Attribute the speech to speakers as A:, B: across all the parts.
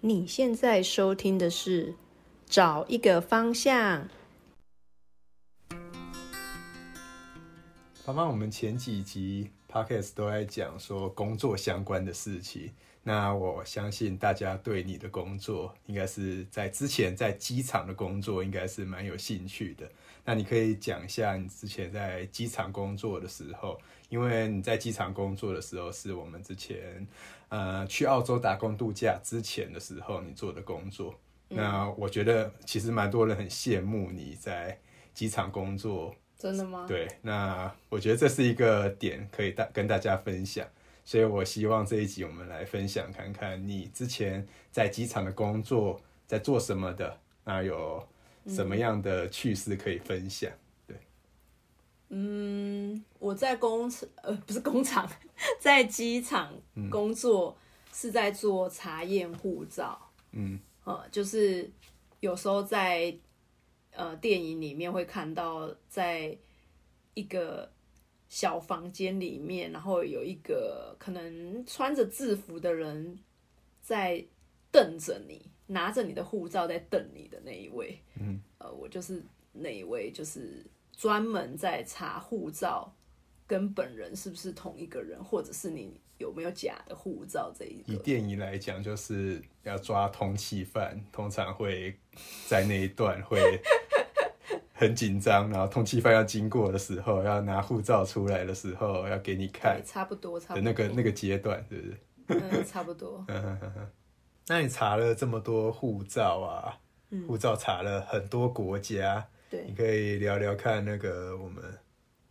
A: 你现在收听的是《找一个方向》。
B: 芳芳，我们前几集 podcast 都在讲说工作相关的事情，那我相信大家对你的工作，应该是在之前在机场的工作，应该是蛮有兴趣的。那你可以讲一下你之前在机场工作的时候，因为你在机场工作的时候是我们之前呃去澳洲打工度假之前的时候你做的工作。那我觉得其实蛮多人很羡慕你在机场工作。
A: 真的吗？
B: 对，那我觉得这是一个点，可以大跟大家分享。所以我希望这一集我们来分享看看你之前在机场的工作在做什么的，那有什么样的趣事可以分享？
A: 嗯，我在工厂，呃，不是工厂， 在机场工作、是在做查验护照。
B: 嗯，
A: 呃，就是有时候在呃电影里面会看到，在一个小房间里面，然后有一个可能穿着制服的人在瞪着你，拿着你的护照在瞪你的那一位。嗯，呃，我就是那一位，就是专门在查护照。跟本人是不是同一个人，或者是你有没有假的护照这一个？
B: 以电影来讲，就是要抓通缉犯，通常会在那一段会很紧张，然后通缉犯要经过的时候，要拿护照出来的时候，要给你看
A: 对，差不多，差不
B: 的
A: 多
B: 那个那个阶段，是不是？
A: 嗯，差不多。
B: 那你查了这么多护照啊，护照查了很多国家，
A: 嗯对
B: 你，可以聊聊看那个我们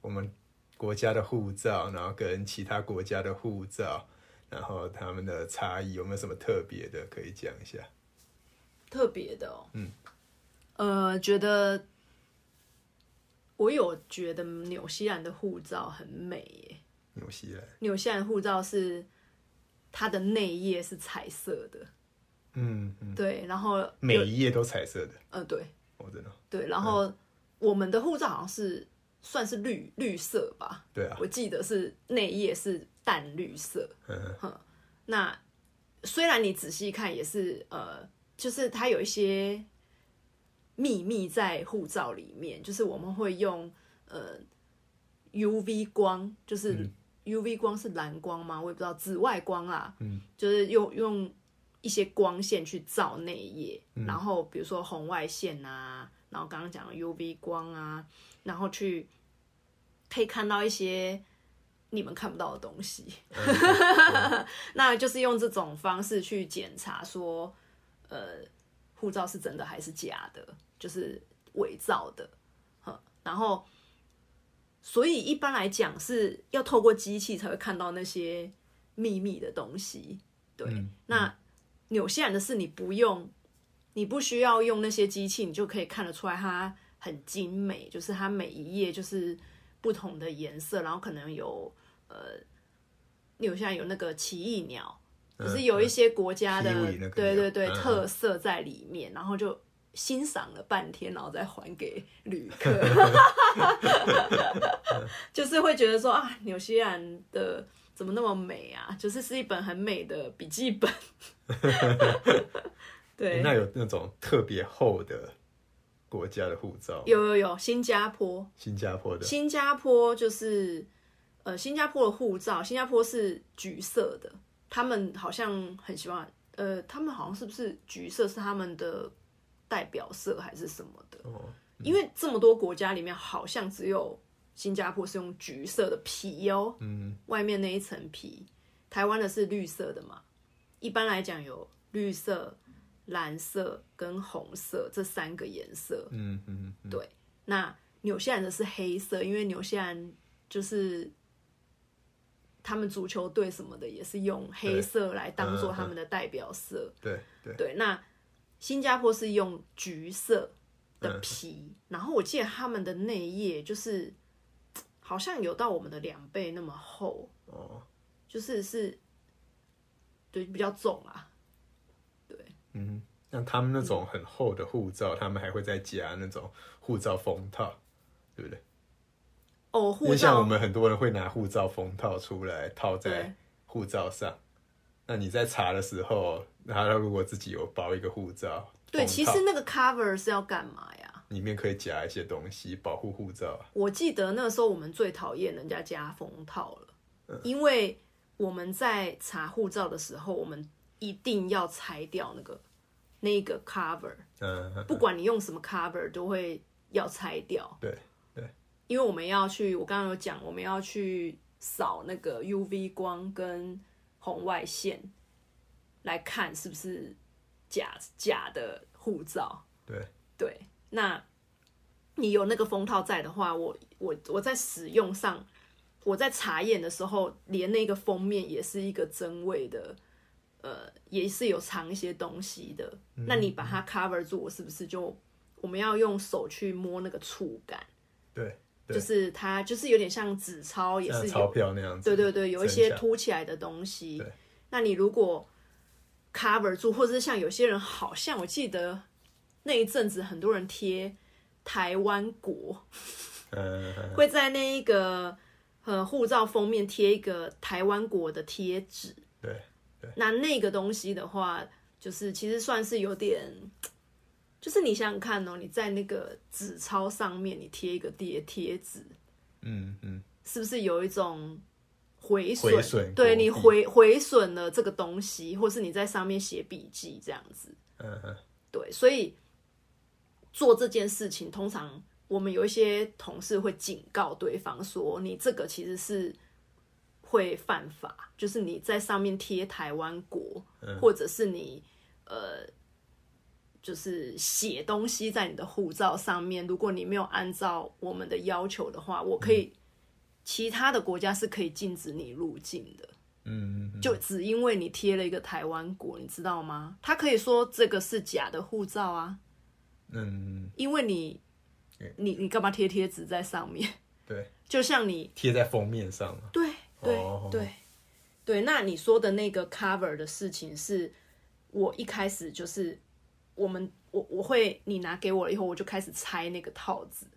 B: 我们国家的护照，然后跟其他国家的护照，然后他们的差异有没有什么特别的可以讲一下？
A: 特别的哦。
B: 嗯。
A: 呃，觉得我有觉得纽西兰的护照很美耶。
B: 纽西兰，
A: 纽西兰护照是它的内页是彩色的，
B: 嗯嗯，
A: 对，然后有
B: 每一页都彩色的，
A: 呃对
B: 我真的，
A: 对，然
B: 嗯
A: 后我们的护照好像是算是绿绿色吧，
B: 对啊，
A: 我记得是内页是淡绿色，
B: 嗯
A: 那虽然你仔细看也是呃，就是它有一些秘密在护照里面，就是我们会用呃 UV 光，就是、UV 光是蓝光吗？我也不知道，紫外光啦，
B: 嗯，
A: 就是用用一些光线去照内页，然后比如说红外线啊，然后刚刚讲的 UV 光啊，然后去可以看到一些你们看不到的东西。
B: 嗯
A: 那就是用这种方式去检查说，呃，护照是真的还是假的，就是伪造的。哼然后，所以一般来讲是要透过机器才会看到那些秘密的东西。对，
B: 嗯
A: 那纽西兰的是你不用，你不需要用那些机器，你就可以看得出来它很精美，就是它每一页就是不同的颜色，然后可能有呃纽西兰有那个奇异鸟，
B: 嗯
A: 就是有一些国家的、
B: 嗯，kiwi 那个鸟
A: 对对对、
B: 嗯嗯
A: 特色在里面，然后就欣赏了半天，然后再还给旅客， 就是会觉得说啊，纽西兰的怎么那么美啊？ 就是是一本很美的笔记本， 对，
B: 那有那种特别厚的国家的护照，
A: 有有有新加坡，
B: 新加坡的，
A: 新加坡就是呃，新加坡的护照，新加坡是橘色的，他们好像很喜欢，呃，他们好像是不是橘色是他们的代表色还是什么的？
B: 哦，
A: 因为这么多国家里面，好像只有新加坡是用橘色的皮哦，
B: 嗯，
A: 外面那一层皮，台湾的是绿色的嘛。一般来讲有绿色、蓝色跟红色这三个颜色，
B: 嗯嗯嗯，
A: 对，那纽西兰的是黑色，因为纽西兰就是他们足球队什么的也是用黑色来当做他们的代表色。
B: 对对，
A: 对，那新加坡是用橘色的皮，然后我记得他们的内页就是嘖好像有到我们的两倍那么厚，
B: 哦，
A: 就是是，对，比较重啊。
B: 嗯，那他们那种很厚的护照，他们还会再加那种护照封套，对不对？
A: 哦，
B: 因
A: 护
B: 为像我
A: 照
B: 们很多人会拿护照封套出来套
A: 对
B: 在护照上，那你在查的时候，然后如果自己有包一个护照，
A: 对，
B: 封
A: 其
B: 套
A: 实那个 cover 是要干嘛呀？
B: 里面可以夹一些东西保护护照。啊
A: 我记得那时候我们最讨厌人家加封套
B: 嗯
A: 了，因为我们在查护照的时候，我们一定要拆掉那个那个 cover，
B: 嗯，
A: 不管你用什么 cover 都会要拆掉，
B: 对，
A: 因为我们要去，我刚刚有讲，我们要去扫那个 UV 光跟红外线来看是不是假假的护照。
B: 对
A: 对，那你有那个封套在的话，我我我在使用上，我在查验的时候，连那个封面也是一个真伪的，呃，也是有藏一些东西的。
B: 嗯
A: 那你把它 cover 住，我是不是就我们要用手去摸那个触感？
B: 对，对
A: 就是它就是有点像纸钞，也
B: 像
A: 是
B: 钞
A: 有
B: 票那样子。
A: 对对对，有一些
B: 真相
A: 凸起来的东西
B: 对。
A: 那你如果 cover 住，或者是像有些人，好像我记得那一阵子很多人贴台湾国，
B: 嗯，嗯
A: 会在那一个呃护照封面贴一个台湾国的贴纸。
B: 嗯对，
A: 那那个东西的话，就是其实算是有点，就是你想想看哦，你在那个纸钞上面你贴一个贴贴纸，
B: 嗯嗯，
A: 是不是有一种毁损？
B: 毁损
A: 对
B: 过
A: 你
B: 弊
A: 毁毁损了这个东西，或是你在上面写笔记这样子。
B: 嗯嗯
A: 对，所以做这件事情，通常我们有一些同事会警告对方说，你这个其实是会犯法，就是你在上面贴台湾国，
B: 嗯
A: 或者是你呃。就是写东西在你的护照上面，如果你没有按照我们的要求的话，我可以，其他的国家是可以禁止你入境的。
B: 嗯嗯，
A: 就只因为你贴了一个台湾国，你知道吗？他可以说这个是假的护照啊，
B: 嗯，
A: 因为你，你你干嘛贴贴纸在上面？
B: 对，
A: 就像你
B: 贴在封面上嘛。
A: 对对、
B: 哦
A: 对对，那你说的那个 cover 的事情是，我一开始就是我们我我会你拿给我了以后，我就开始拆那个套子，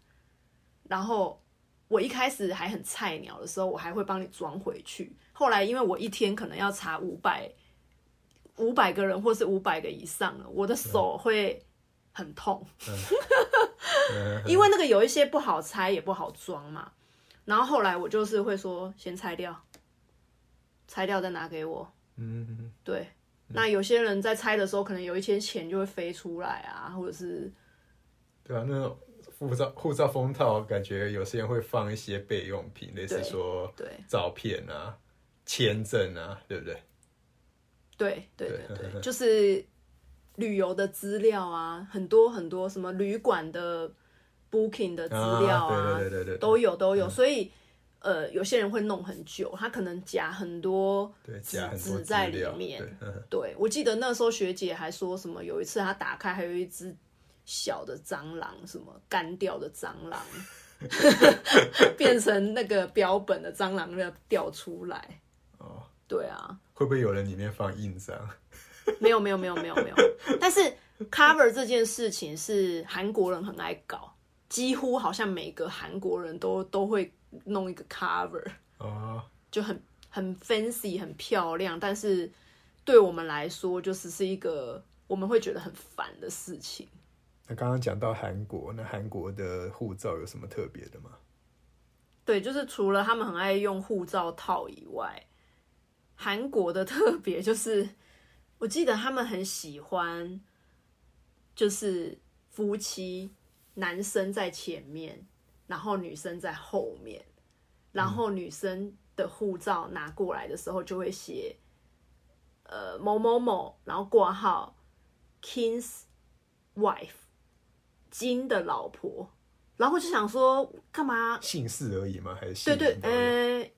A: 然后我一开始还很菜鸟的时候，我还会帮你装回去。后来因为我一天可能要查五百五百个人或是五百个以上了，我的手会很痛，
B: 嗯
A: 因为那个有一些不好拆也不好装嘛。然后后来我就是会说先拆掉，拆掉再拿给我。
B: 嗯嗯，
A: 对，那有些人在拆的时候，可能有一些钱就会飞出来啊，或者是
B: 对啊，那种护照护照封套，感觉有些人会放一些备用品，类似
A: 对
B: 说
A: 对
B: 照片啊、签证啊，对不对？
A: 对对
B: 对
A: 对对，就是旅游的资料啊，很多很多什么旅馆的 booking 的资料啊，
B: 对对对对嗯对，
A: 都有都有，所以呃，有些人会弄很久，他可能夹很多
B: 对
A: 纸
B: 加很多
A: 纸在
B: 资
A: 里
B: 料
A: 面
B: 对。嗯
A: 对，我记得那时候学姐还说什么，有一次她打开还有一只小的蟑螂，什么干掉的蟑螂， 变成那个标本的蟑螂要掉出来。
B: 哦，
A: 对啊，
B: 会不会有人里面放印章？
A: 没有没有没有没有没有，但是 cover 这件事情是韩国人很爱搞，几乎好像每个韩国人都都会弄一个 cover。
B: 哦，
A: 就很很 fancy 很漂亮，但是对我们来说就是是一个我们会觉得很烦的事情。
B: 那刚刚讲到韩国，那韩国的护照有什么特别的吗？
A: 对，就是除了他们很爱用护照套以外，韩国的特别就是，我记得他们很喜欢，就是夫妻男生在前面，然后女生在后面，然后女生的护照拿过来的时候就会写，呃某某某，然后挂号 King's wife，金的老婆。然后我就想说，干嘛
B: 姓氏而已吗？还是姓
A: 对对
B: 名，都有
A: 呃、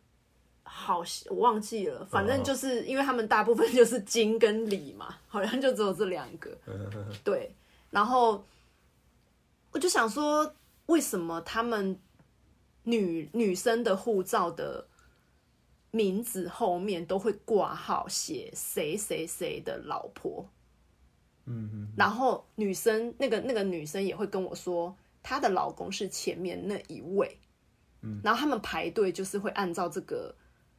A: 好像，我忘记了，反正就是因为他们大部分就是金跟李嘛， 好像就只有这两个。
B: 嗯嗯嗯
A: 对，然后我就想说，为什么他们女女生的护照的名字后面都会挂号写谁谁谁的老婆？
B: 嗯嗯，
A: 然后女生那个那个女生也会跟我说，她的老公是前面那一位，嗯，然后他们排队就是会按照这个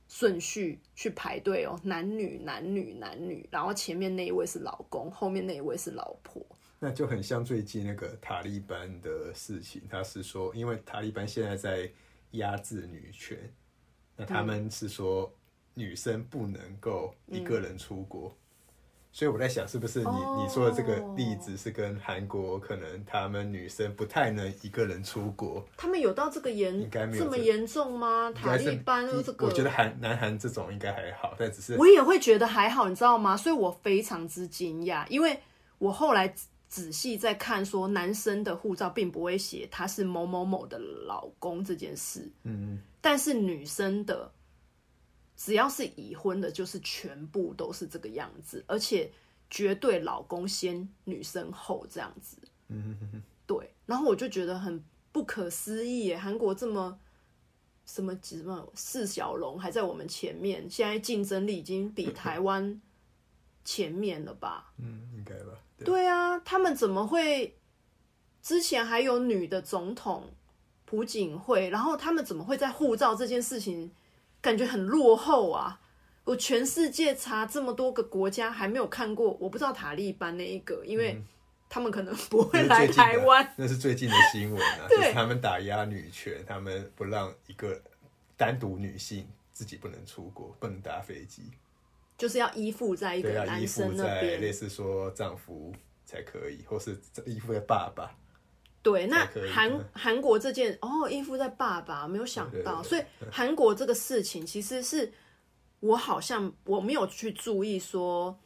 A: 顺序去排队哦，男女男女男女，然后前面那一位是老公，后面那一位是老婆。
B: 那就很像最近那个塔利班的事情，他是说，因为塔利班现在在压制女权，那他
A: 嗯
B: 们是说女生不能够一个人出国，所以我在想，是不是你、
A: 哦
B: 你说的这个例子是跟韩国可能他们女生不太能一个人出国，
A: 他们有到这个严
B: 应该没有
A: 这
B: 这
A: 么严重吗？
B: 应
A: 塔
B: 该是
A: 利班
B: 一
A: 这个，
B: 我觉得韩南韩这种应该还好，但只是
A: 我也会觉得还好，你知道吗？所以我非常之惊讶，因为我后来仔仔细在看，说男生的护照并不会写他是某某某的老公这件事，
B: 嗯，
A: 但是女生的只要是已婚的，就是全部都是这个样子，而且绝对老公先，女生后这样子。对，然后我就觉得很不可思议耶，韩国这么什么什么四小龙还在我们前面，现在竞争力已经比台湾前面了吧？
B: 嗯，应该吧。对，
A: 对啊，他们怎么会？之前还有女的总统朴槿惠，然后他们怎么会在护照这件事情感觉很落后啊？我全世界查这么多个国家，还没有看过，我不知道塔利班那一个，因
B: 嗯
A: 为他们可能不会
B: 那
A: 来
B: 是最近的
A: 台湾。
B: 那是最近的新闻啊，就
A: 对
B: 是他们打压女权，他们不让一个单独女性自己不能出国，不能搭飞机，
A: 就是要依附在一个
B: 对，啊要依
A: 男
B: 附
A: 生那
B: 在
A: 边。
B: 类似说丈夫才可以，或是依附在爸爸。
A: 对，那
B: 才可以
A: 韩
B: 嗯
A: 韩国这件哦，依附在爸爸，没有想
B: 对对
A: 到，
B: 对
A: 所以韩国这个事情其实是我好像我没有去注意说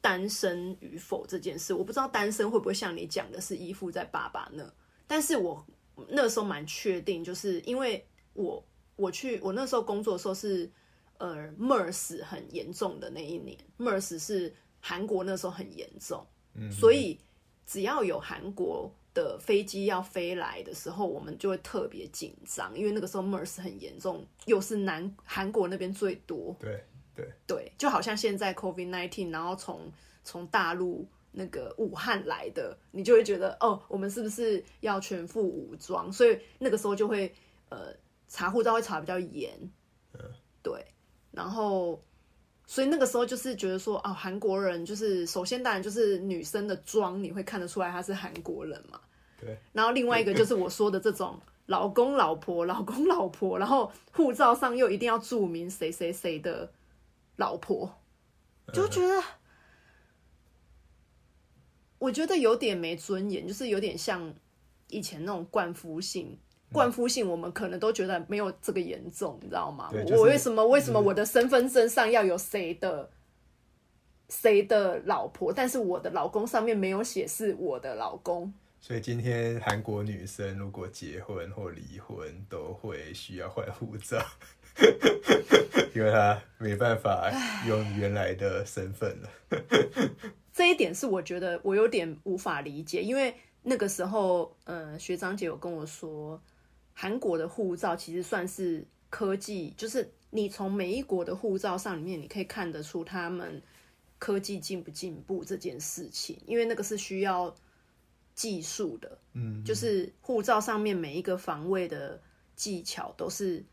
A: 单身与否这件事，我不知道单身会不会像你讲的是依附在爸爸那，但是我那时候蛮确定，就是因为我我去我那时候工作的时候是呃 MERS 很严重的那一年，MERS 是韩国那时候很严重，
B: 嗯
A: 所以只要有韩国的飞机要飞来的时候，我们就会特别紧张，因为那个时候 MERS 很严重，又是南韩国那边最多，
B: 对对，
A: 对，就好像现在 COVID nineteen，然后从从大陆那个武汉来的，你就会觉得哦，我们是不是要全副武装？所以那个时候就会呃查护照会查比较严，对，然后所以那个时候就是觉得说哦，韩国人就是首先当然就是女生的妆你会看得出来她是韩国人嘛，
B: 对，
A: 然后另外一个就是我说的这种。老公、老婆、老公、老婆，然后护照上又一定要注明谁谁谁的老婆，就觉
B: 嗯
A: 得，我觉得有点没尊严，就是有点像以前那种灌夫性。灌夫性，我们可能都觉得没有这个严重，你知道吗？
B: 对就是嗯
A: 我为什么为什么我的身份证上要有谁的谁的老婆，但是我的老公上面没有写是我的老公？
B: 所以今天韩国女生如果结婚或离婚，都会需要换护照， 因为她没办法用原来的身份了。
A: 这一点是我觉得我有点无法理解，因为那个时候，呃，学长姐有跟我说，韩国的护照其实算是科技，就是你从每一国的护照上里面，你可以看得出他们科技进不进步这件事情，因为那个是需要技术的，
B: 嗯，
A: 就是护照上面每一个防卫的技巧都是，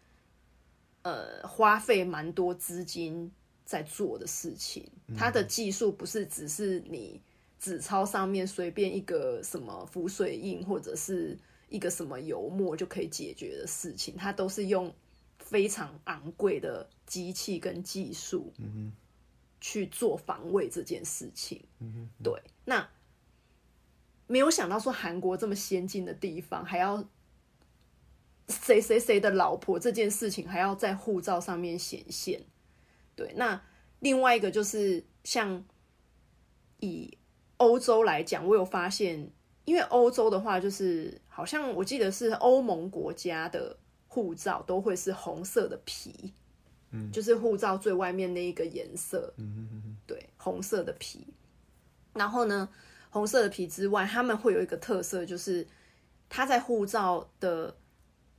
A: 呃，花费蛮多资金在做的事情。它的技术不是只是你纸钞上面随便一个什么浮水印或者是一个什么油墨就可以解决的事情，它都是用非常昂贵的机器跟技术，去做防卫这件事情。对，那没有想到说韩国这么先进的地方，还要谁谁谁的老婆这件事情还要在护照上面显现。对，那另外一个就是像以欧洲来讲，我有发现，因为欧洲的话，就是好像我记得是欧盟国家的护照都会是红色的皮，嗯，就是护照最外面那一个颜色，
B: 嗯
A: 对，红色的皮。然后呢，红色的皮之外，他们会有一个特色，就是他在护照的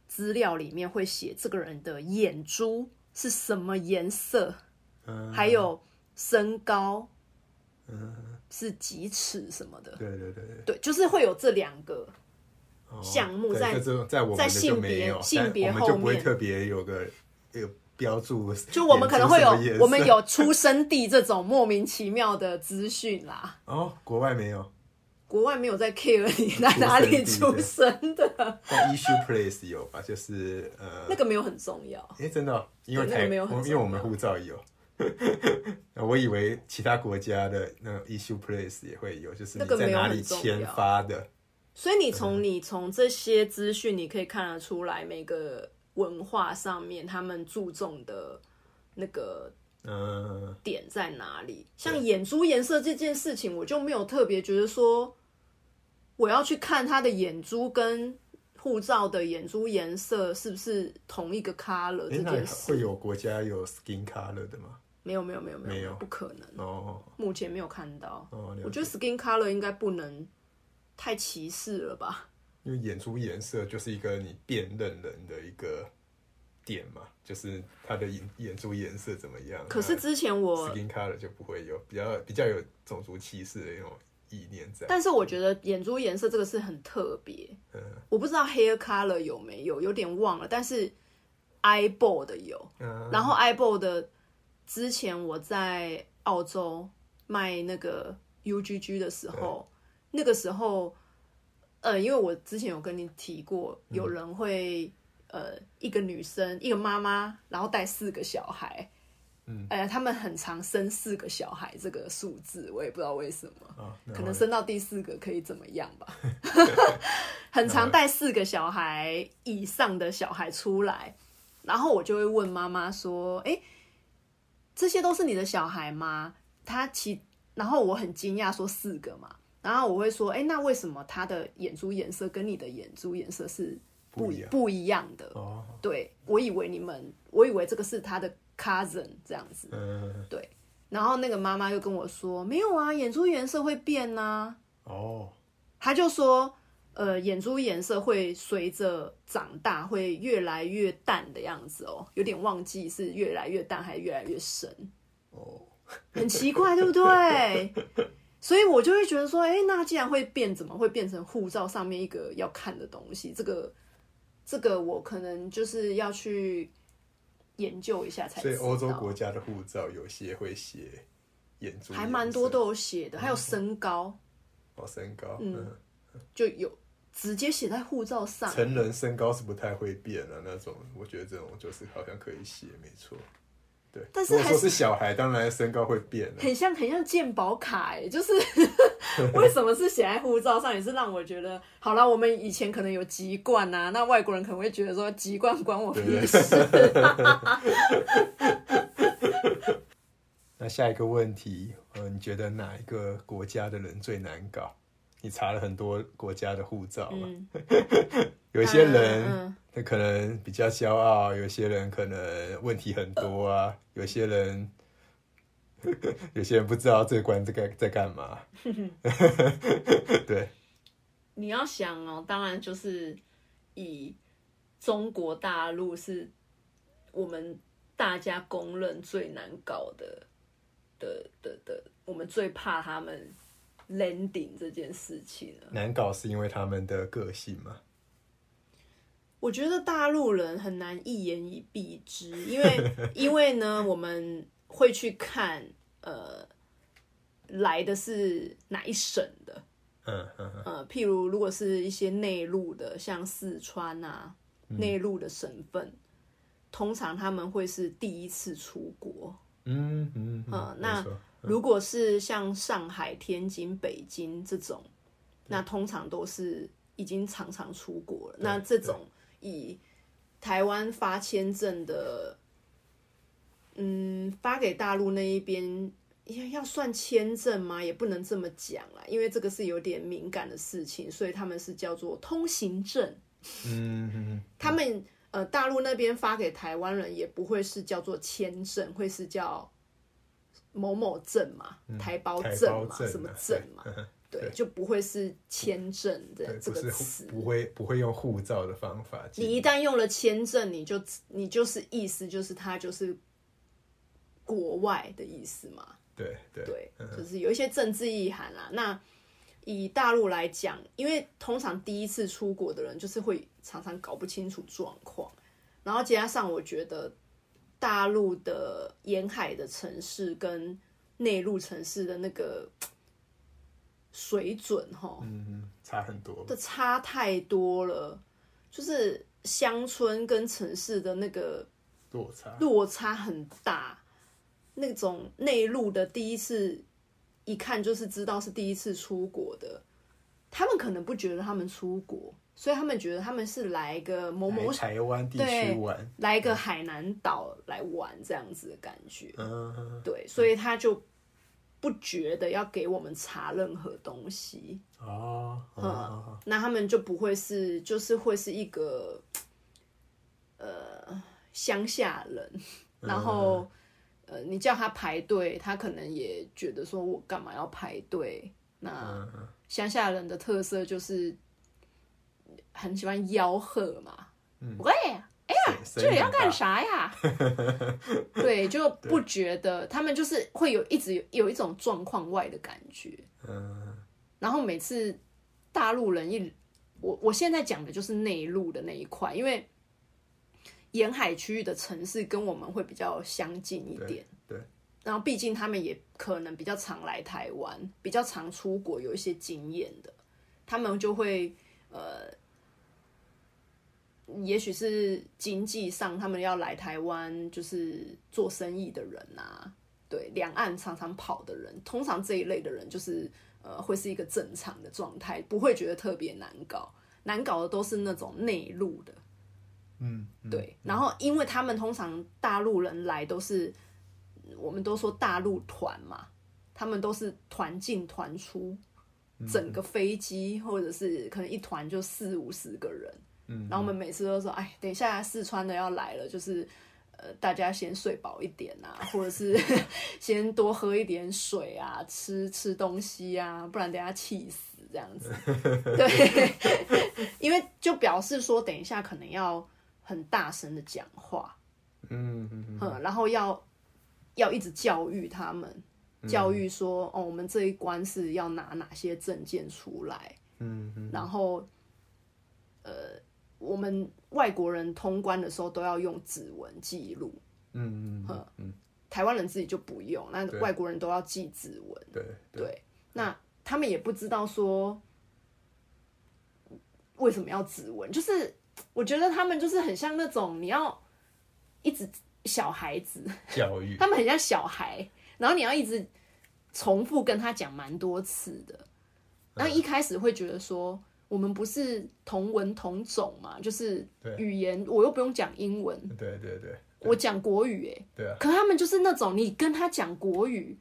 A: 资料里面会写这个人的眼珠是什么颜色，
B: 嗯，
A: 还有身高，是几尺什么的。
B: 对对对对。
A: 对，就是会有这两个。
B: 哦
A: 项目
B: 对
A: 在
B: 这种在我们
A: 在
B: 的就
A: 性别
B: 没有，
A: 性
B: 但
A: 别
B: 我们就不
A: 后
B: 会
A: 面
B: 特别有个有标注，
A: 就我们可能会有我们
B: 有
A: 有出生地这种莫名其妙的资讯啦，
B: 哦，国外没有，
A: 国外没有在 care 你在哪里出生 的，
B: 但 issue place 有吧？就是呃，
A: 那个没有很重要。
B: 哎、真的哦、因为
A: 对那个
B: 台，
A: 没有
B: 我
A: 很
B: 们因为
A: 重
B: 我们
A: 要
B: 护照有， 我以为其他国家的那种 issue place 也会有，就是你
A: 那个
B: 在
A: 没有
B: 哪
A: 很
B: 里
A: 重
B: 签
A: 要
B: 发的，
A: 所以你
B: 嗯
A: 从你从这些资讯，你可以看得出来每个文化上面他们注重的那个
B: 嗯、
A: 点在哪里。像眼珠颜色这件事情，我就没有特别觉得说我要去看他的眼珠跟护照的眼珠颜色是不是同一个 color
B: 诶
A: 这
B: 那
A: 件事。
B: 会有国家有 skin color 的吗？
A: 没有没有没有没
B: 没有
A: 有，不可能，
B: 哦
A: 目前没有看到。
B: 哦，了
A: 我
B: 解
A: 觉得 skin color 应该不能太歧视了吧。
B: 因为眼珠颜色就是一个你辨认人的一个点嘛，就是他的眼眼珠颜色怎么样。
A: 可是
B: 那
A: 之前我
B: skin color 就不会有比较比较有种族歧视的那种意念在。
A: 但是我觉得眼珠颜色这个是很特别，
B: 嗯
A: 我不知道 hair color 有没有，有点忘了。但是 eyeball 的有，
B: 嗯
A: 然后 eyeball 的之前我在澳洲卖那个 UGG 的时候，那个时候，呃，因为我之前有跟你提过，
B: 嗯
A: 有人会、呃一个女生一个妈妈，然后带四个小孩。
B: 嗯，
A: 呃，他们很常生四个小孩这个数字，我也不知道为什么。
B: 啊，然
A: 可能
B: 后呢
A: 生到第四个可以怎么样 吧？很常带四个小孩以上的小孩出来，然后我就会问妈妈说：“哎、这些都是你的小孩吗？”他其然后我很惊讶说四个嘛，然后我会说：“哎、那为什么他的眼珠颜色跟你的眼珠颜色是不
B: 不一
A: 一
B: 样
A: 不一样的？”
B: 哦，
A: 对我以为你们，我以为这个是他的 cousin 这样子，
B: 嗯
A: 对。然后那个妈妈就跟我说：“没有啊，眼珠颜色会变啊呐、
B: 哦，
A: 他就说，呃，眼珠颜色会随着长大会越来越淡的样子哦，有点忘记是越来越淡还是越来越深，
B: 哦，
A: 很奇怪，对不对？ 所以我就会觉得说，哎、那既然会变，怎么会变成护照上面一个要看的东西？这个，这个我可能就是要去研究一下才
B: 所以
A: 知道。
B: 欧洲国家的护照有些会写眼珠颜色，
A: 还蛮多都有写的，还有身高
B: 哦，身高，
A: 嗯
B: 嗯，
A: 就有直接写在护照上。
B: 成人身高是不太会变的、那种，我觉得这种就是好像可以写，没错。对，
A: 但是
B: 如果
A: 还
B: 说
A: 是
B: 是小孩，当然身高会变了。
A: 很像很像鉴宝卡哎， 就是为什么是写在护照上，也是让我觉得，好啦，我们以前可能有籍贯呐、那外国人可能会觉得说籍贯关我屁事。
B: 那下一个问题，呃，你觉得哪一个国家的人最难搞？你查了很多国家的护照嘛，
A: 嗯，
B: 有一些
A: 嗯
B: 人
A: 嗯
B: 他可能比较骄傲，有些人可能问题很多啊，有些人 有些人不知道这关在干在干嘛。对，
A: 你要想哦，当然就是以中国大陆是我们大家公认最难搞的的的的，我们最怕他们 landing 这件事情啊了。
B: 难搞是因为他们的个性嘛。
A: 我觉得大陆人很难一言以蔽之，因为 因为呢，我们会去看呃来的是哪一省的，
B: 嗯嗯嗯
A: 呃，譬如如果是一些内陆的，像四川啊内陆的省份，通常他们会是第一次出国，
B: 嗯嗯
A: 呃
B: 嗯，
A: 那
B: 没错
A: 如果是像上海、天津、北京这种，那通常都是已经常常出国了。那这种以台湾发签证的，嗯，发给大陆那一边，要要算签证吗？也不能这么讲啦，因为这个是有点敏感的事情，所以他们是叫做通行证。
B: 嗯嗯
A: 他们呃大陆那边发给台湾人也不会是叫做签证，会是叫某某证嘛，台胞
B: 嗯，台
A: 证
B: 胞
A: 嘛，
B: 证
A: 什么
B: 啊
A: 证嘛，
B: 对嗯
A: 对，就不会是签证的
B: 对，
A: 这
B: 不
A: 个
B: 是
A: 词
B: 护。不会不会用护照的方法进，
A: 你一旦用了签证，你就你就是意思就是它就是国外的意思嘛，
B: 对对嗯
A: 对，就是有一些政治意涵啦。那以大陆来讲，因为通常第一次出国的人，就是会常常搞不清楚状况，然后加上我觉得大陆的沿海的城市跟内陆城市的那个水准哈
B: 嗯，差很多吧。
A: 的差太多了，就是乡村跟城市的那个
B: 落差。
A: 落差很大。那种内陆的第一次，一看就是知道是第一次出国的，他们可能不觉得他们出国，所以他们觉得他们是来一个某某
B: 来台湾地
A: 对
B: 区玩，
A: 来一个海南岛来玩这样子的感觉。
B: 嗯，
A: 对，所以他就不觉得要给我们查任何东西，
B: 哦，哦哦哦
A: 那他们就不会是，就是会是一个呃乡下人，然后。呃，你叫他排队，他可能也觉得说我干嘛要排队？那
B: 嗯嗯
A: 乡下人的特色就是很喜欢吆喝嘛，喂，
B: 声
A: 这里
B: 音
A: 要
B: 很大
A: 干啥 呀？对，就不觉得他们就是会有一直有有一种状况外的感觉。
B: 嗯，
A: 然后每次大陆人一我我现在讲的就是内陆的那一块，因为沿海区域的城市跟我们会比较相近一点。
B: 对对
A: 然后毕竟他们也可能比较常来台湾，比较常出国，有一些经验的，他们就会呃。也许是经济上，他们要来台湾就是做生意的人啊，对，两岸常常跑的人，通常这一类的人就是呃，会是一个正常的状态，不会觉得特别难搞。难搞的都是那种内陆的，
B: 嗯，嗯
A: 对。然后，因为他们通常大陆人来都是，我们都说大陆团嘛，他们都是团进团出，
B: 嗯
A: 整个飞机或者是可能一团就四五十个人。
B: 嗯，
A: 然后我们每次都说，哎，等一下四川的要来了，就是。呃，大家先睡饱一点啊，或者是 先多喝一点水啊，吃吃东西啊，不然等一下气死这样子。 对， 因为就表示说，等一下可能要很大声的讲话，
B: 嗯嗯嗯
A: 嗯，然后要要一直教育他们，
B: 嗯
A: 教育说，哦，我们这一关是要拿哪些证件出来，
B: 嗯嗯，
A: 然后，呃，我们外国人通关的时候都要用指纹记录，
B: 嗯嗯嗯嗯，
A: 台湾人自己就不用，那
B: 对
A: 外国人都要记指纹。
B: 对
A: 对，，那他们也不知道说为什么要指纹，就是我觉得他们就是很像那种你要一直小孩子，
B: 教育，
A: 他们很像小孩，然后你要一直重复跟他讲蛮多次的。
B: 嗯
A: 那一开始会觉得说，我们不是同文同种嘛，就是
B: 对
A: 语言，我又不用讲英文，
B: 对对对
A: 我讲国语、欸，
B: 对啊，
A: 可他们就是那种你跟他讲国语，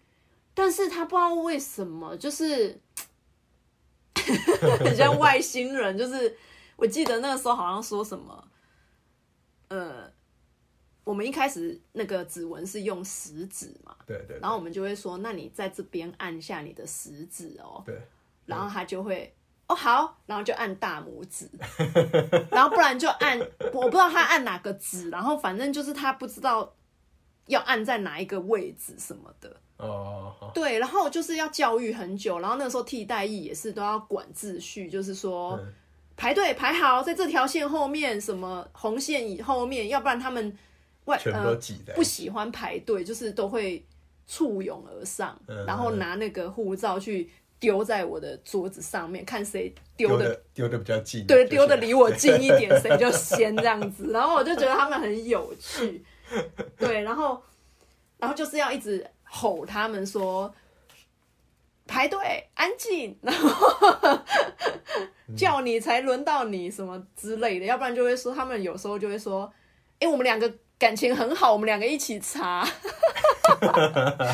A: 但是他不知道为什么，就是 很像外星人。就是我记得那个时候好像说什么，呃，我们一开始那个指纹是用食指嘛，
B: 对对，
A: 然后我们就会说，那你在这边按下你的食指哦，
B: 对，
A: 然后他就会。哦，好，然后就按大拇指，然后不然就按，我不知道他按哪个指，然后反正就是他不知道要按在哪一个位置什么的。
B: 哦，好，
A: 对，然后就是要教育很久，然后那时候替代役也是都要管秩序，就是说、
B: 嗯
A: 排队排好，在这条线后面，什么红线以后面，要不然他们外
B: 全部
A: 呃
B: 都挤在
A: 不，喜欢排队，就是都会簇拥而上，
B: 嗯
A: 然后拿那个护照去丢在我的桌子上面，看谁丢
B: 丢
A: 的
B: 的丢的比较近，
A: 对，
B: 就是
A: 丢的离我近一点，谁就先这样子。然后我就觉得他们很有趣，对，然后然后就是要一直吼他们说排队安静，然后
B: 嗯
A: 叫你才轮到你什么之类的，要不然就会说他们有时候就会说，哎、我们两个。感情很好，我们两个一起查，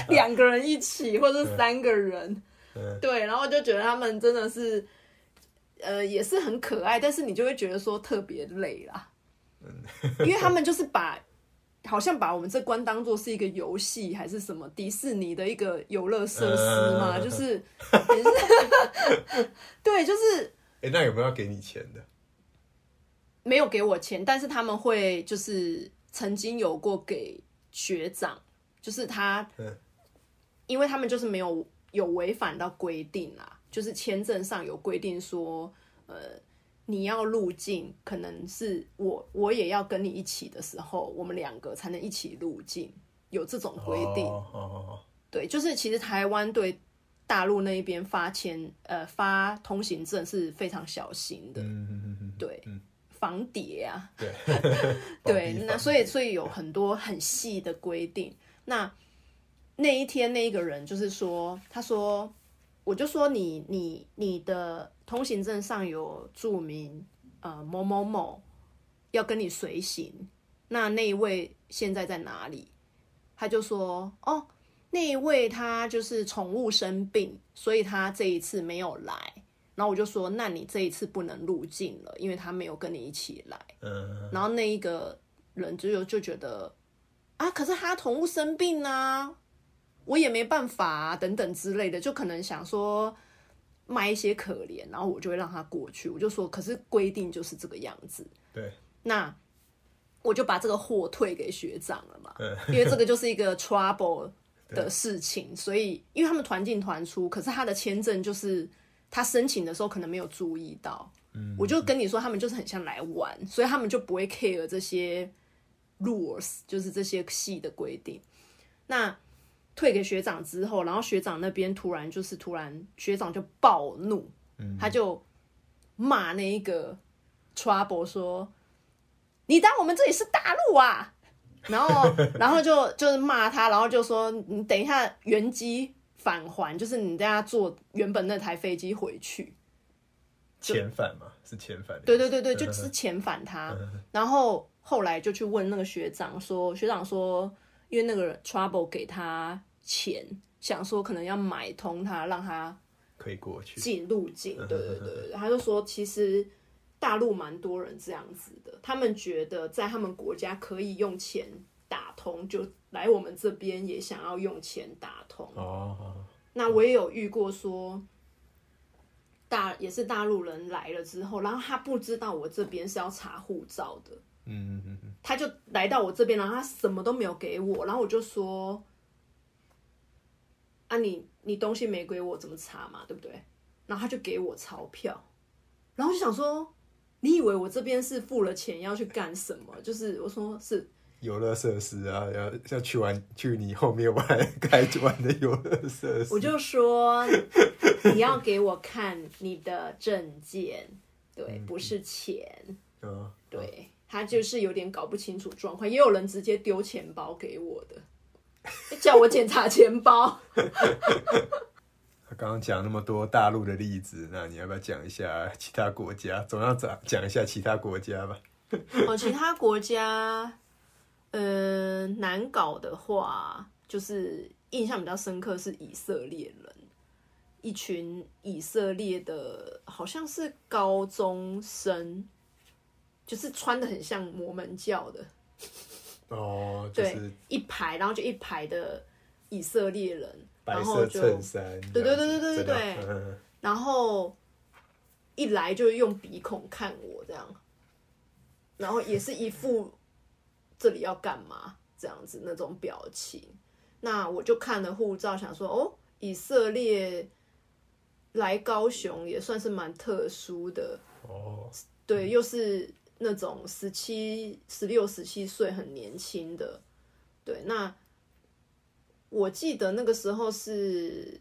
A: 两个人一起，或者是三个人，
B: 嗯
A: 对，然后就觉得他们真的是，呃，也是很可爱，但是你就会觉得说特别累啦，因为他们就是把，好像把我们这关当做是一个游戏还是什么迪士尼的一个游乐设施嘛，
B: 嗯
A: 就是，也是 对，就是
B: 哎，那有没有要给你钱的？
A: 没有给我钱，但是他们会就是曾经有过给学长，就是他
B: 嗯
A: 因为他们就是没有啊有违反到规定啦，就是签证上有规定说，呃，你要路径，可能是我我也要跟你一起的时候，我们两个才能一起路径，有这种规定。
B: 哦哦哦
A: 对，就是其实台湾对大陆那一边发签呃发通行证是非常小心的，
B: 嗯嗯嗯嗯，
A: 对，
B: 嗯
A: 防谍啊，
B: 对
A: 对，那所以
B: 以
A: 所以有很多很细的规定。那那一天那一个人就是说，他说，我就说你你你的通行证上有注明呃某某某要跟你随行，那那一位现在在哪里？他就说哦，那一位他就是宠物生病，所以他这一次没有来。然后我就说，那你这一次不能入境了，因为他没有跟你一起来。
B: 嗯
A: 然后那一个人就就觉得啊，可是他宠物生病啊，我也没办法、啊、等等之类的，就可能想说卖一些可怜，然后我就会让他过去。我就说，可是规定就是这个样子，
B: 对
A: 那我就把这个货退给学长了嘛，
B: 嗯
A: 因为这个就是一个 trouble 的事情，所以因为他们团进团出，可是他的签证就是他申请的时候可能没有注意到，
B: 嗯
A: 我就跟你说，他们就是很像来玩，所以他们就不会 care 这些 rules，就是这些细的规定。那退给学长之后，然后学长那边突然就是突然学长就暴怒，
B: 嗯
A: 他就骂那一个 trouble 说：“你当我们这里是大陆啊？” 然后，然后就就是骂他，然后就说：“你等一下原机返还，就是你带他坐原本那台飞机回去。”
B: 遣返嘛，是遣返的意思，
A: 对对对对，就
B: 嗯
A: 是遣返他
B: 嗯。
A: 然后后来就去问那个学长说，学长说，因为那个 trouble 给他钱，想说可能要买通他，让他
B: 可以过去，
A: 进入境。对对对对对，他就说其实大陆蛮多人这样子的，他们觉得在他们国家可以用钱打通，就来我们这边也想要用钱打通。
B: 哦哦，
A: 那我也有遇过说，大也是大陆人来了之后，然后他不知道我这边是要查护照的，
B: 嗯嗯嗯嗯，
A: 他就来到我这边，然后他什么都没有给我，然后我就说，啊你你东西没给我怎么查嘛，对不对？然后他就给我钞票，然后我就想说，你以为我这边是付了钱要去干什么？就是我说是
B: 游乐设施啊，要要去玩去你后面玩该玩的游乐设施，
A: 我就说你要给我看你的证件，对，不是钱，
B: 嗯，
A: 对他就是有点搞不清楚状况，也有人直接丢钱包给我的，叫我检查钱包。
B: 刚刚讲那么多大陆的例子，那你要不要讲一下其他国家？总要讲讲一下其他国家吧。
A: 哦，其他国家，呃，难搞的话，就是印象比较深刻是以色列人，一群以色列的，好像是高中生，就是穿的很像摩门教的，
B: 哦，就
A: 对，
B: 是
A: 一排，然后就一排的以色列人，
B: 白
A: 然后
B: 色
A: 就
B: 衬衫，
A: 对对对对对对
B: 这样子知道嗯
A: 然后一来就用鼻孔看我这样，然后也是一副这里要干嘛这样子那种表情。那我就看了护照，想说哦，以色列来高雄也算是蛮特殊的，
B: 哦，
A: 对，又是那种十七、十六、十七岁很年轻的，对。那我记得那个时候是，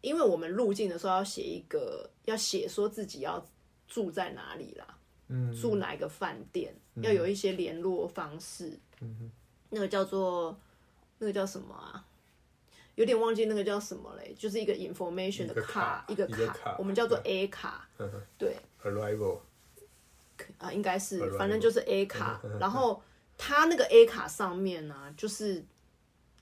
A: 因为我们入境的时候要写一个，要写说自己要住在哪里啦，
B: 嗯，
A: 住哪一个饭店，要有一些联络方式。
B: 嗯
A: 那个叫做那个叫什么啊？有点忘记那个叫什么嘞，就是一个 information 的
B: 一个卡
A: 一个
B: 一个卡
A: 我们叫做 A 卡，
B: 嗯嗯
A: 对。
B: ，arrival，
A: 啊，应该是
B: 软，嗯弱
A: 反正就是 A 卡。然后他那个 A 卡上面呢、就是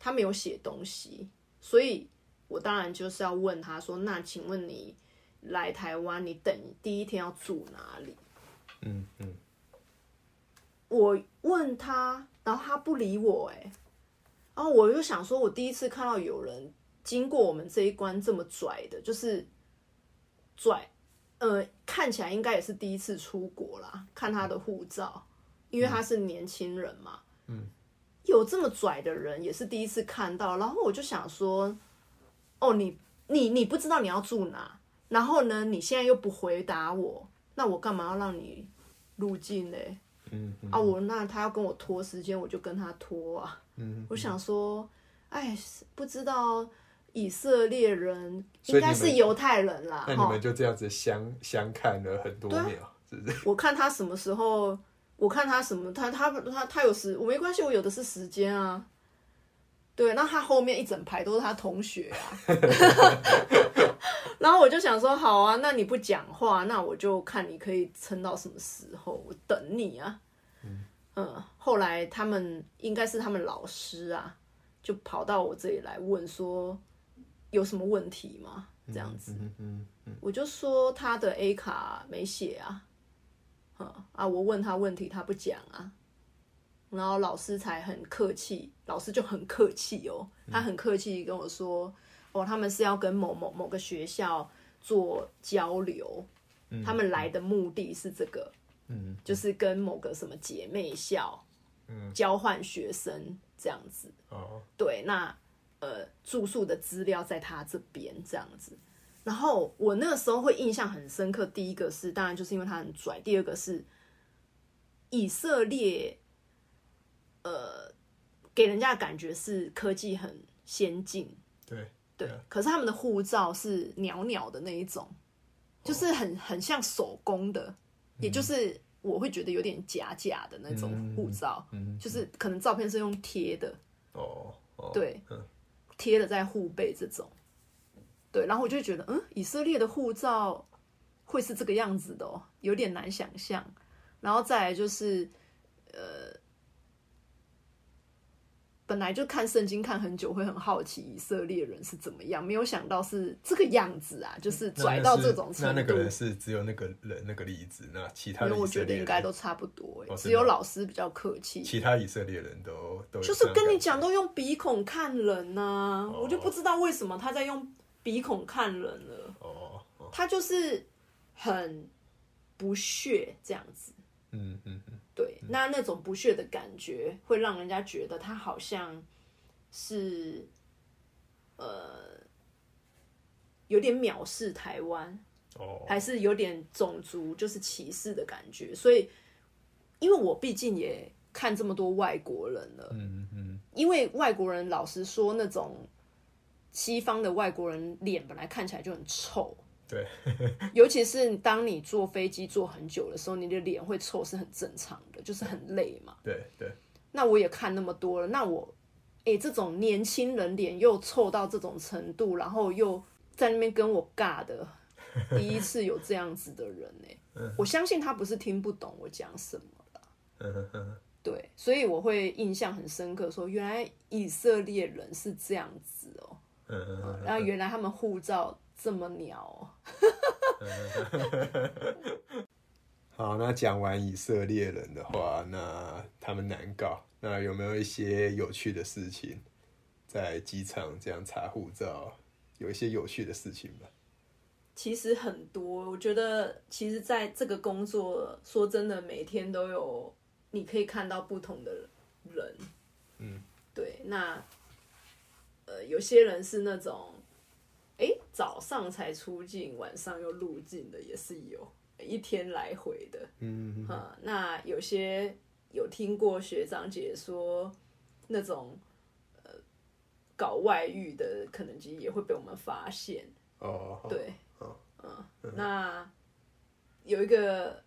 A: 他没有写东西，所以我当然就是要问他说：“那请问你来台湾，你等第一天要住哪里
B: 嗯嗯，？”
A: 我问他，然后他不理我、哎，然后我就想说，我第一次看到有人经过我们这一关这么拽的，就是拽，呃，看起来应该也是第一次出国啦。看他的护照，因为他是年轻人嘛，
B: 嗯，
A: 有这么拽的人也是第一次看到。然后我就想说，哦，你你你不知道你要住哪，然后呢，你现在又不回答我，那我干嘛要让你入境嘞？
B: 嗯
A: 啊，我那他要跟我拖时间，我就跟他拖啊。
B: 嗯，
A: 我想说，哎，不知道以色列人应
B: 所以你们
A: 该是犹太人啦，
B: 那你
A: 哈
B: 们。就这样子相相看了很多
A: 啊
B: 秒，是不是？
A: 我看他什么时候，我看他什么，他他他他有时我没关系，我有的是时间啊。对，那他后面一整排都是他同学啊。 然后我就想说，好啊，那你不讲话，那我就看你可以撑到什么时候，我等你啊。嗯，后来他们应该是他们老师啊，就跑到我这里来问说有什么问题吗？这样子。
B: 嗯嗯嗯
A: 我就说他的 A 卡没写啊，嗯啊，我问他问题他不讲啊，然后老师才很客气，老师就很客气哦，
B: 嗯
A: 他很客气跟我说，哦，他们是要跟某某某个学校做交流，
B: 嗯
A: 他们来的目的是这个，
B: 嗯
A: 就是跟某个什么姐妹校
B: 嗯
A: 交换学生这样子，
B: 哦，
A: 对，那呃住宿的资料在他这边这样子。然后我那个时候会印象很深刻，第一个是当然就是因为他很拽，第二个是以色列，呃，给人家的感觉是科技很先进，
B: 对，
A: 对，
B: 对
A: 可是他们的护照是袅袅的那一种，
B: 哦
A: 就是很很像手工的，也就是我会觉得有点假假的那种护照，
B: 嗯嗯
A: 就是可能照片是用贴的，
B: 哦哦，
A: 对
B: 嗯，
A: 贴的在护背这种，对，然后我就会觉得，嗯，以色列的护照会是这个样子的哦，有点难想象。然后再来就是，呃，本来就看圣经看很久，会很好奇以色列人是怎么样，没有想到是这个样子啊，就是
B: 嗯 那
A: 拽
B: 那
A: 到
B: 是
A: 这种程
B: 那那
A: 度
B: 个。人是只有那个人那个例子，那其他
A: 因
B: 的
A: 为我
B: 以色
A: 觉得
B: 列
A: 应该
B: 人，
A: 都差不多、欸，
B: 哦
A: 只
B: 真的
A: 有
B: 哦
A: 老师比较客气。
B: 其他以色列人都都有
A: 就是
B: 这样
A: 跟你
B: 感觉
A: 讲，都用鼻孔看人呐、
B: 哦
A: 我就不知道为什么他在用鼻孔看人了，
B: 哦哦，
A: 他就是很不屑这样子。
B: 嗯嗯嗯，
A: 对，那那种不屑的感觉会让人家觉得他好像是呃有点藐视台湾，
B: 哦，
A: 还是有点种族就是歧视的感觉。所以，因为我毕竟也看这么多外国人了，
B: 嗯嗯
A: 因为外国人老实说，那种西方的外国人脸本来看起来就很臭，
B: 对，
A: 尤其是当你坐飞机坐很久的时候，你的脸会臭是很正常的，就是很累嘛。
B: 对对，
A: 那我也看那么多了，那我，诶、这种年轻人脸又臭到这种程度，然后又在那边跟我尬的，第一次有这样子的人呢、 我相信他不是听不懂我讲什么。
B: 嗯嗯嗯。
A: 对，所以我会印象很深刻说原来以色列人是这样子哦、
B: 嗯嗯嗯
A: 然后原来他们护照这么鸟、哦。
B: 好，那讲完以色列人的话，那他们难搞，那有没有一些有趣的事情？在机场这样查护照，有一些有趣的事情吧？
A: 其实很多，我觉得其实在这个工作，说真的，每天都有你可以看到不同的人，
B: 嗯，
A: 对，那呃，有些人是那种，哎，早上才出境，晚上又入境的也是有，一天来回的，
B: 嗯，
A: 啊、那有些有听过学长姐说，那种呃搞外遇的，可能其实也会被我们发现。
B: 哦，
A: 对，
B: 哦
A: 嗯，那有一个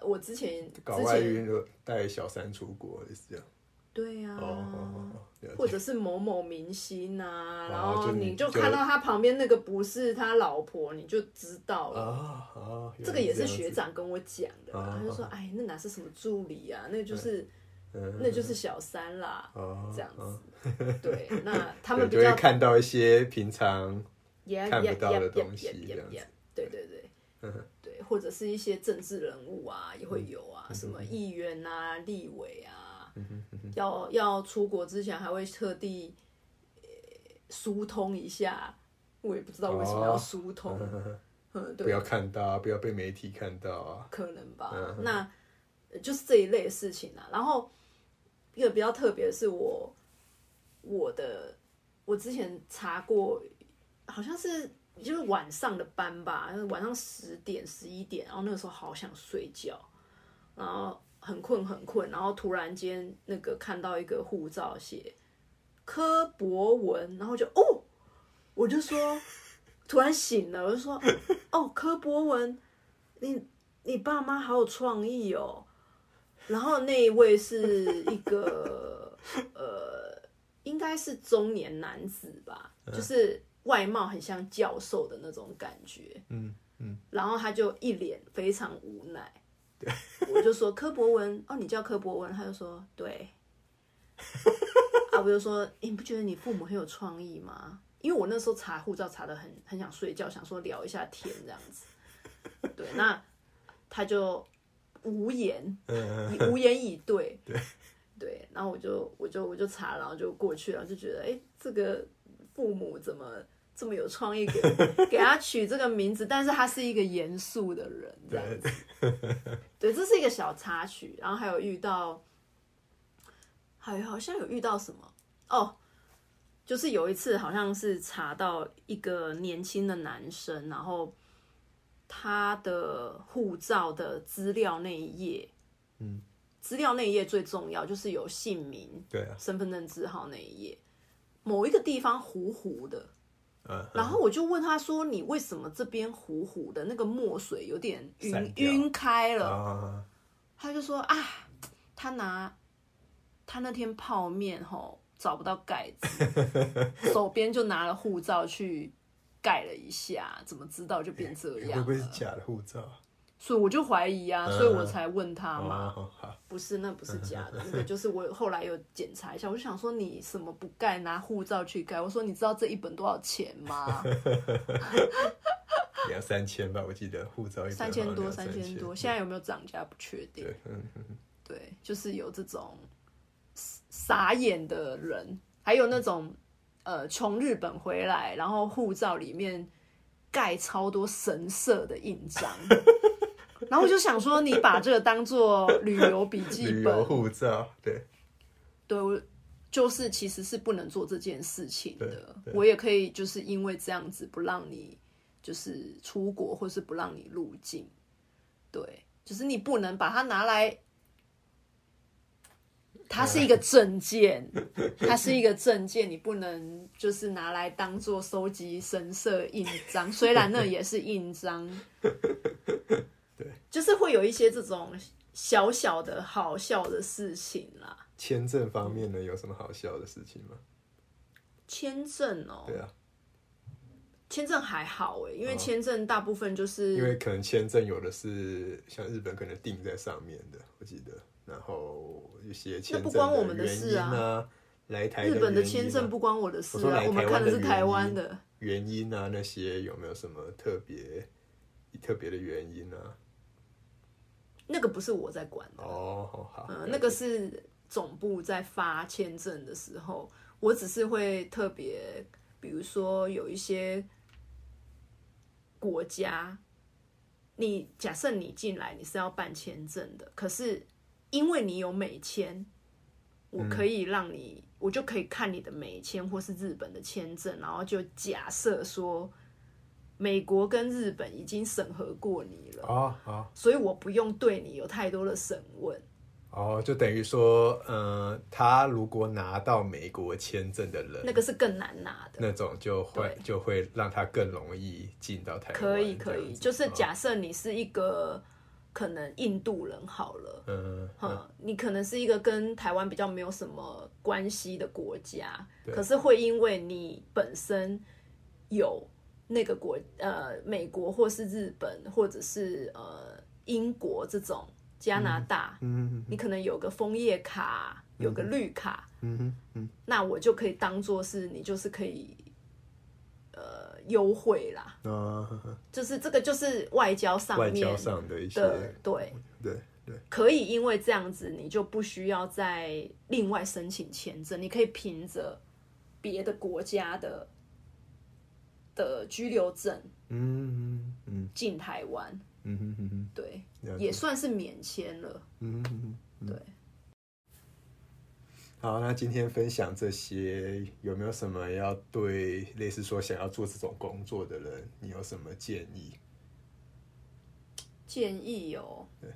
A: 我之前
B: 搞
A: 之
B: 外
A: 前
B: 遇就带小三出国也是这样。
A: 对呀、
B: 哦哦哦，了解
A: 啊或者是某某明星啊，
B: 哦
A: 然后
B: 就
A: 你
B: 你
A: 就
B: 就
A: 看到他旁边那个不是他老婆，你就知道了。
B: 啊啊，原来
A: 这个也是
B: 这样子
A: 学，长跟我讲的啦，
B: 哦
A: 他就说：“哎，那哪是什么助理啊，那就是
B: 嗯
A: 那就是小三啦。”
B: 哦
A: 这样子
B: 哦
A: 对， 那他
B: 对
A: 们比
B: 就会
A: 较
B: 看到一些平常
A: 也
B: 看不到的东西这样子嗯
A: 对对对，对，或者是一些政治人物啊，也会有
B: 嗯
A: 啊，什么议员啊、立委啊，要要出国之前还会特地呃疏通一下，我也不知道为什么
B: 哦
A: 要疏通，嗯，
B: 不
A: 对，
B: 要看到啊，不要被媒体看到啊。
A: 可能吧。那呃就是这一类的事情啊。然后一个比较特别的是我我的我之前查过，好像是就是晚上的班吧，晚上十点十一点，然后那个时候好想睡觉，然后很困很困，然后突然间那个看到一个护照写柯博文，然后就哦，我就说突然醒了，我就说哦柯博文，你你爸妈好有创意哦，然后那一位是一个呃应该是中年男子吧，
B: 嗯
A: 就是。外貌很像教授的那种感觉，
B: 嗯嗯，
A: 然后他就一脸非常无 奈。我就说柯博文，哦，你叫柯博文，他就说对。啊，我就说、诶你不觉得你父母很有创意吗？因为我那时候查护照查的很很想睡觉，想说聊一下天这样子。对，那他就无言，
B: 嗯
A: 以无言以对。对对，然后我就我就我就查，然后就过去了，就觉得哎、诶这个父母怎么这么有创意给，给他取这个名字，但是他是一个严肃的人，这样子。对，这是一个小插曲。然后还有遇到，还好像有遇到什么哦，就是有一次好像是查到一个年轻的男生，然后他的护照的资料那一页，
B: 嗯，
A: 资料那一页最重要，就是有姓名、
B: 对啊，
A: 身份证字号那一页，某一个地方糊糊的。
B: 嗯，
A: 然后我就问他说：“你为什么这边糊糊的？那个墨水有点
B: 散
A: 晕
B: 掉
A: 晕开了。
B: 啊，
A: 他就说：“啊，他拿他那天泡面吼找不到盖子， 手边就拿了护照去盖了一下，怎么知道就变这
B: 哎会
A: 样
B: 不会是
A: 了？
B: 假的护照？啊
A: 所以我就怀疑啊，
B: 嗯
A: 所以我才问他嘛。
B: 啊，好好，
A: 不是，那不是假
B: 嗯
A: 的，那个就是我后来有检查一下，我就想说你什么不盖，拿护照去盖。我说你知道这一本多少钱 吗？
B: 两三千吧，我记得护照一本
A: 三千多，
B: 好像
A: 三
B: 两三
A: 千多，现在有没有涨价不确定。
B: 对，嗯嗯
A: 对，就是有这种傻眼的人，还有那种呃从日本回来，然后护照里面盖超多神社的印 章，然后我就想说，你把这个当做旅游笔记
B: 旅游
A: 本，
B: 护照，对，
A: 对我就是其实是不能做这件事情
B: 对
A: 的。
B: 对
A: 我也可以就是因为这样子不让你就是出国，或是不让你入境，对，就是你不能把它拿来。它是一个证 件，它是一个证件，你不能就是拿来当做收集神社印章，虽然那也是印 章，
B: 对，
A: 就是会有一些这种小小的好笑的事情啦。
B: 签证方面呢，有什么好笑的事情吗？
A: 签证哦、
B: 对啊，
A: 签证还好哎，因为
B: 哦
A: 签证大部分就
B: 因
A: 是
B: 为可能签证有的是像日本可能定在上面的，我记得，然后一些签证
A: 那不关我们的
B: 原
A: 事啊
B: 因啊，来台
A: 日本的
B: 的原因啊
A: 签证不关我的事
B: 我说
A: 啊
B: 来，
A: 我们
B: 台湾
A: 看
B: 的
A: 的是台
B: 原
A: 湾
B: 因
A: 的。
B: 原因啊，那些有没有什么特别特别的原因啊？
A: 那个不是我在管的，
B: 哦，好好，
A: 嗯，那个是总部在发签证的时候，我只是会特别，比如说有一些国家，你假设你进来你是要办签证的，可是因为你有美签，我可以让你，我就可以看你的美签或是日本的签证，然后就假设说。美国跟日本已经审核过你了，
B: 哦哦
A: 所以我不用对你有太多的审问。
B: 哦，就等于说，呃，他如果拿到美国签证的人，
A: 那个是更难拿的。
B: 那种就会就会让他更容易进到台湾，
A: 可以
B: 这
A: 可
B: 样
A: 以，
B: 子嗯
A: 就是假设你是一个可能印度人好了，
B: 嗯
A: 嗯，你可能是一个跟台湾比较没有什么关系的国家，
B: 对
A: 可是会因为你本身有那个国呃美国或是日本或者是呃英国这种加拿大，
B: 嗯
A: 你可能有个枫叶卡，有个绿卡，
B: 嗯哼嗯，
A: 那我就可以当做是你就是可以呃优惠啦，
B: 啊，
A: 就是这个就是外交上
B: 外
A: 面
B: 交上的一些，
A: 的对，
B: 对对，
A: 可以因为这样子，你就不需要再另外申请签证，你可以凭着别的国家的的居留证
B: 嗯嗯嗯
A: 进台湾，
B: 嗯哼嗯哼
A: 对，
B: 了解
A: 也算是免签了。
B: 嗯哼嗯哼，
A: 对，
B: 好，那今天分享这些，有没有什么要对类似说想要做这种工作的人，你有什么建议？
A: 建议哦
B: 对，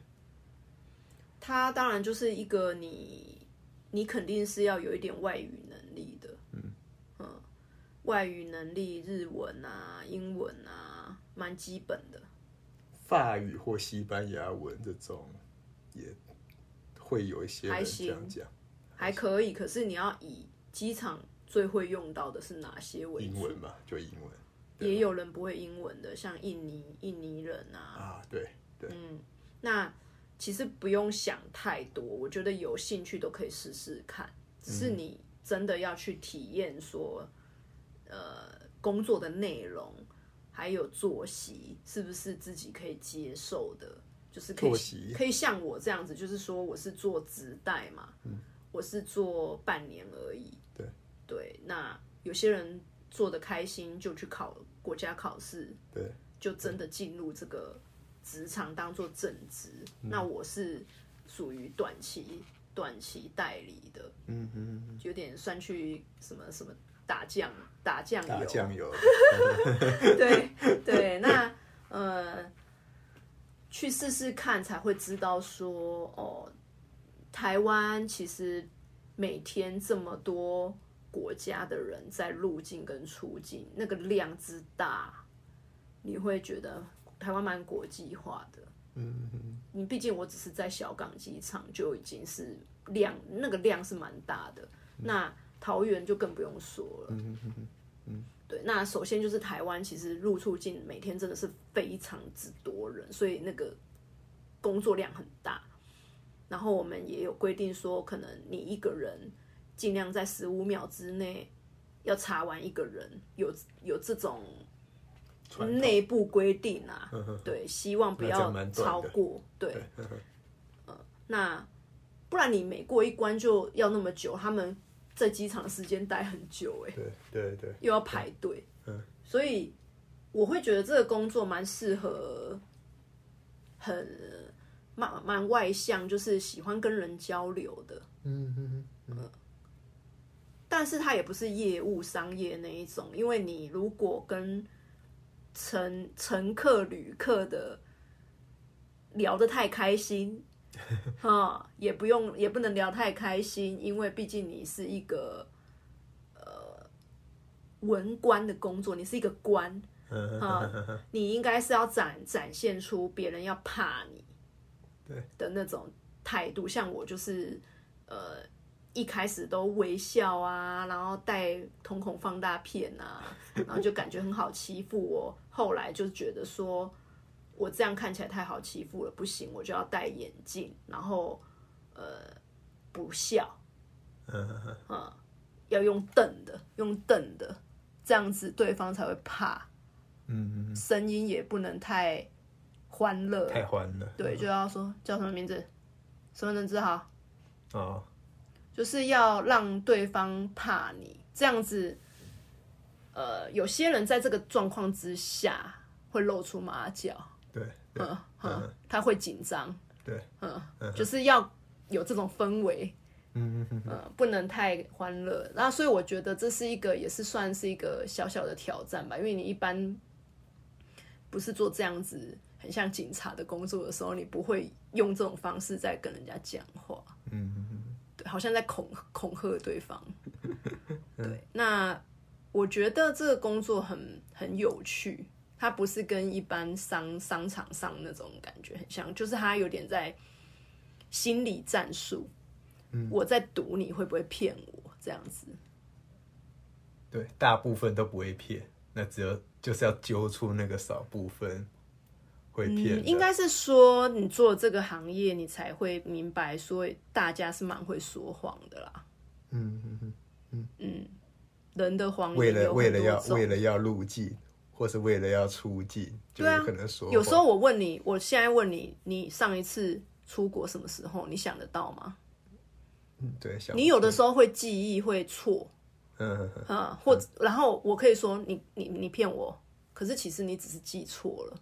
A: 他当然就是一个你，你肯定是要有一点外语能力的，嗯外语能力日文啊、英文啊，蛮基本的。
B: 法语或西班牙文这种，也会有一些人
A: 还
B: 这
A: 行
B: 样讲
A: 还可以，可是你要以机场最会用到的是哪些为
B: 英
A: 主？
B: 文啊嘛，就英文
A: 也有人不会英文的，像印尼印尼人啊。
B: 啊，对对，
A: 嗯那其实不用想太多，我觉得有兴趣都可以试试看，
B: 嗯
A: 只是你真的要去体验说，呃，工作的内容还有作息是不是自己可以接受的，就是可以
B: 作息
A: 可以像我这样子，就是说我是做直带嘛，我是做半年而已。
B: 嗯对
A: 对，那有些人做的开心就去考国家考试，
B: 对，
A: 就真的进入这个职场当做正职。
B: 嗯
A: 那我是属于短期短期代理的，
B: 嗯嗯，
A: 有点算去什么什么打酱打酱
B: 打
A: 油，
B: 酱油，
A: 对对，那呃，去试试看才会知道说，哦，台湾其实每天这么多国家的人在入境跟出境，那个量之大，你会觉得台湾蛮国际化的。
B: 嗯嗯
A: 你毕竟我只是在小港机场就已经是量，那个量是蛮大的。那桃园就更不用说了。
B: 嗯嗯嗯，
A: 对，那首先就是台湾，其实入出境每天真的是非常之多人，所以那个工作量很大。然后我们也有规定说，可能你一个人尽量在十五秒之内要查完一个人，有有这种
B: 传统
A: 内部规定啊。对，希望不
B: 嗯那这样
A: 要
B: 蛮短
A: 超
B: 的嗯
A: 过。对，呃那不然你每过一关就要那么久，他们在机场时间待很久、欸，
B: 对对对，
A: 又要排队，
B: 嗯
A: 所以我会觉得这个工作蛮适合，很蛮蛮外向，就是喜欢跟人交流的，
B: 嗯嗯嗯
A: 但是它也不是业务商业那一种，因为你如果跟乘乘客旅客的聊得太开 心。哈，也不用，也不能聊太开心，因为毕竟你是一个呃文官的工作，你是一个官，
B: 嗯
A: 啊，你应该是要展展现出别人要怕你，
B: 对
A: 的那种态度。像我就是，呃，一开始都微笑啊，然后戴瞳孔放大片啊，然后就感觉很好欺负我。后来就觉得说，我这样看起来太好欺负了，不行，我就要戴眼镜，然后呃，不笑，啊
B: 嗯
A: 要用瞪的，用瞪的，这样子对方才会怕。
B: 嗯，
A: 声音也不能太欢乐，
B: 太欢了，
A: 对，啊就要说叫什么名字，什么人字好，
B: 哦，
A: 就是要让对方怕你，这样子，呃，有些人在这个状况之下会露出马脚，
B: 对对
A: 嗯，嗯他会紧张，
B: 对，
A: 嗯，就是要有这种氛围，
B: 嗯嗯
A: 嗯，不能太欢乐。那所以我觉得这是一个，也是算是一个小小的挑战吧。因为你一般不是做这样子很像警察的工作的时候，你不会用这种方式在跟人家讲话，
B: 嗯
A: 对，好像在恐恐吓对 方。对，那我觉得这个工作很很有趣，它不是跟一般商商场上那种感觉很像，就是它有点在心理战术。
B: 嗯
A: 我在赌你会不会骗我这样子。
B: 对，大部分都不会骗，那只有就是要揪出那个少部分会骗的、
A: 嗯，应该是说你做这个行业，你才会明白说大家是蛮会说谎的啦。
B: 嗯嗯嗯，
A: 人的谎
B: 为
A: 言
B: 了
A: 有
B: 为
A: 很
B: 了
A: 多
B: 要
A: 种。
B: 为了要入境，或是为了要出境，就
A: 对啊
B: 有可能说
A: 有时
B: 谎
A: 候我问你，我现在问你，你上一次出国什么时候？你想得到吗？
B: 嗯对，想
A: 你有的时候会记忆会错，
B: 嗯嗯嗯
A: 嗯，或者然后我可以说你你你骗我，可是其实你只是记错了。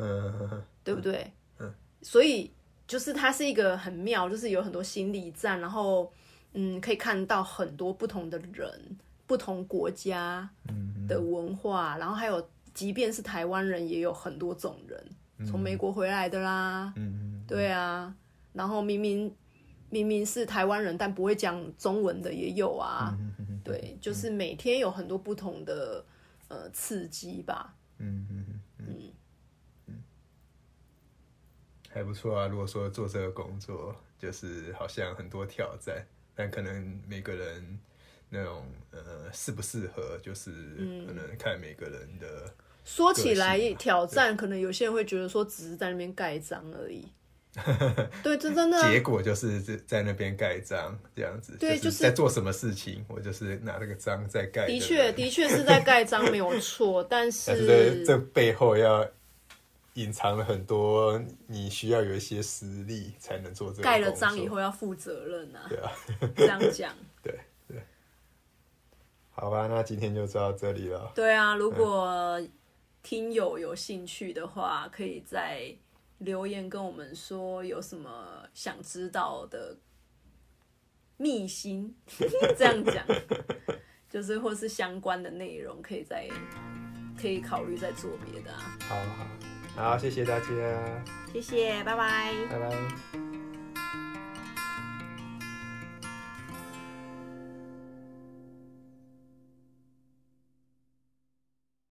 B: 嗯嗯嗯
A: 对不对？嗯，所以就是它是一个很妙，就是有很多心理战，然后嗯，可以看到很多不同的人、不同国家的文化，然后还有，即便是台湾人，也有很多种人，从美国回来的啦，
B: 嗯，
A: 对啊，然后明明明明是台湾人，但不会讲中文的也有啊，
B: 嗯
A: 对，就是每天有很多不同的呃刺激吧，
B: 嗯
A: 嗯
B: 还不错啊。如果说做这个工作，就是好像很多挑战，但可能每个人那种呃适不适合，就是
A: 嗯
B: 可能看每个人的。
A: 说起来
B: 个性嘛
A: 挑战，可能有些人会觉得说只是在那边盖章而 已。对，这真的啊
B: 结果就是在在那边盖章这样子，
A: 对
B: 就
A: 就是是
B: 在做什么事情，我就是拿那个章在盖人。
A: 的确的确是在盖章没有错， 但
B: 但是
A: 是
B: 这这背后要隐藏了很多，你需要有一些实力才能做这个。
A: 盖了章以，后要负责任啊。
B: 对啊，
A: 这样讲，
B: 对对。好吧，那今天就做到这里了。
A: 对啊，如果听友有兴趣的话，可以在留言跟我们说有什么想知道的秘辛， 这样讲，就是或是相关的内容，可以再可以考虑再做别的啊。
B: 好好好，谢谢大家，
A: 谢谢，拜拜。
B: 拜拜。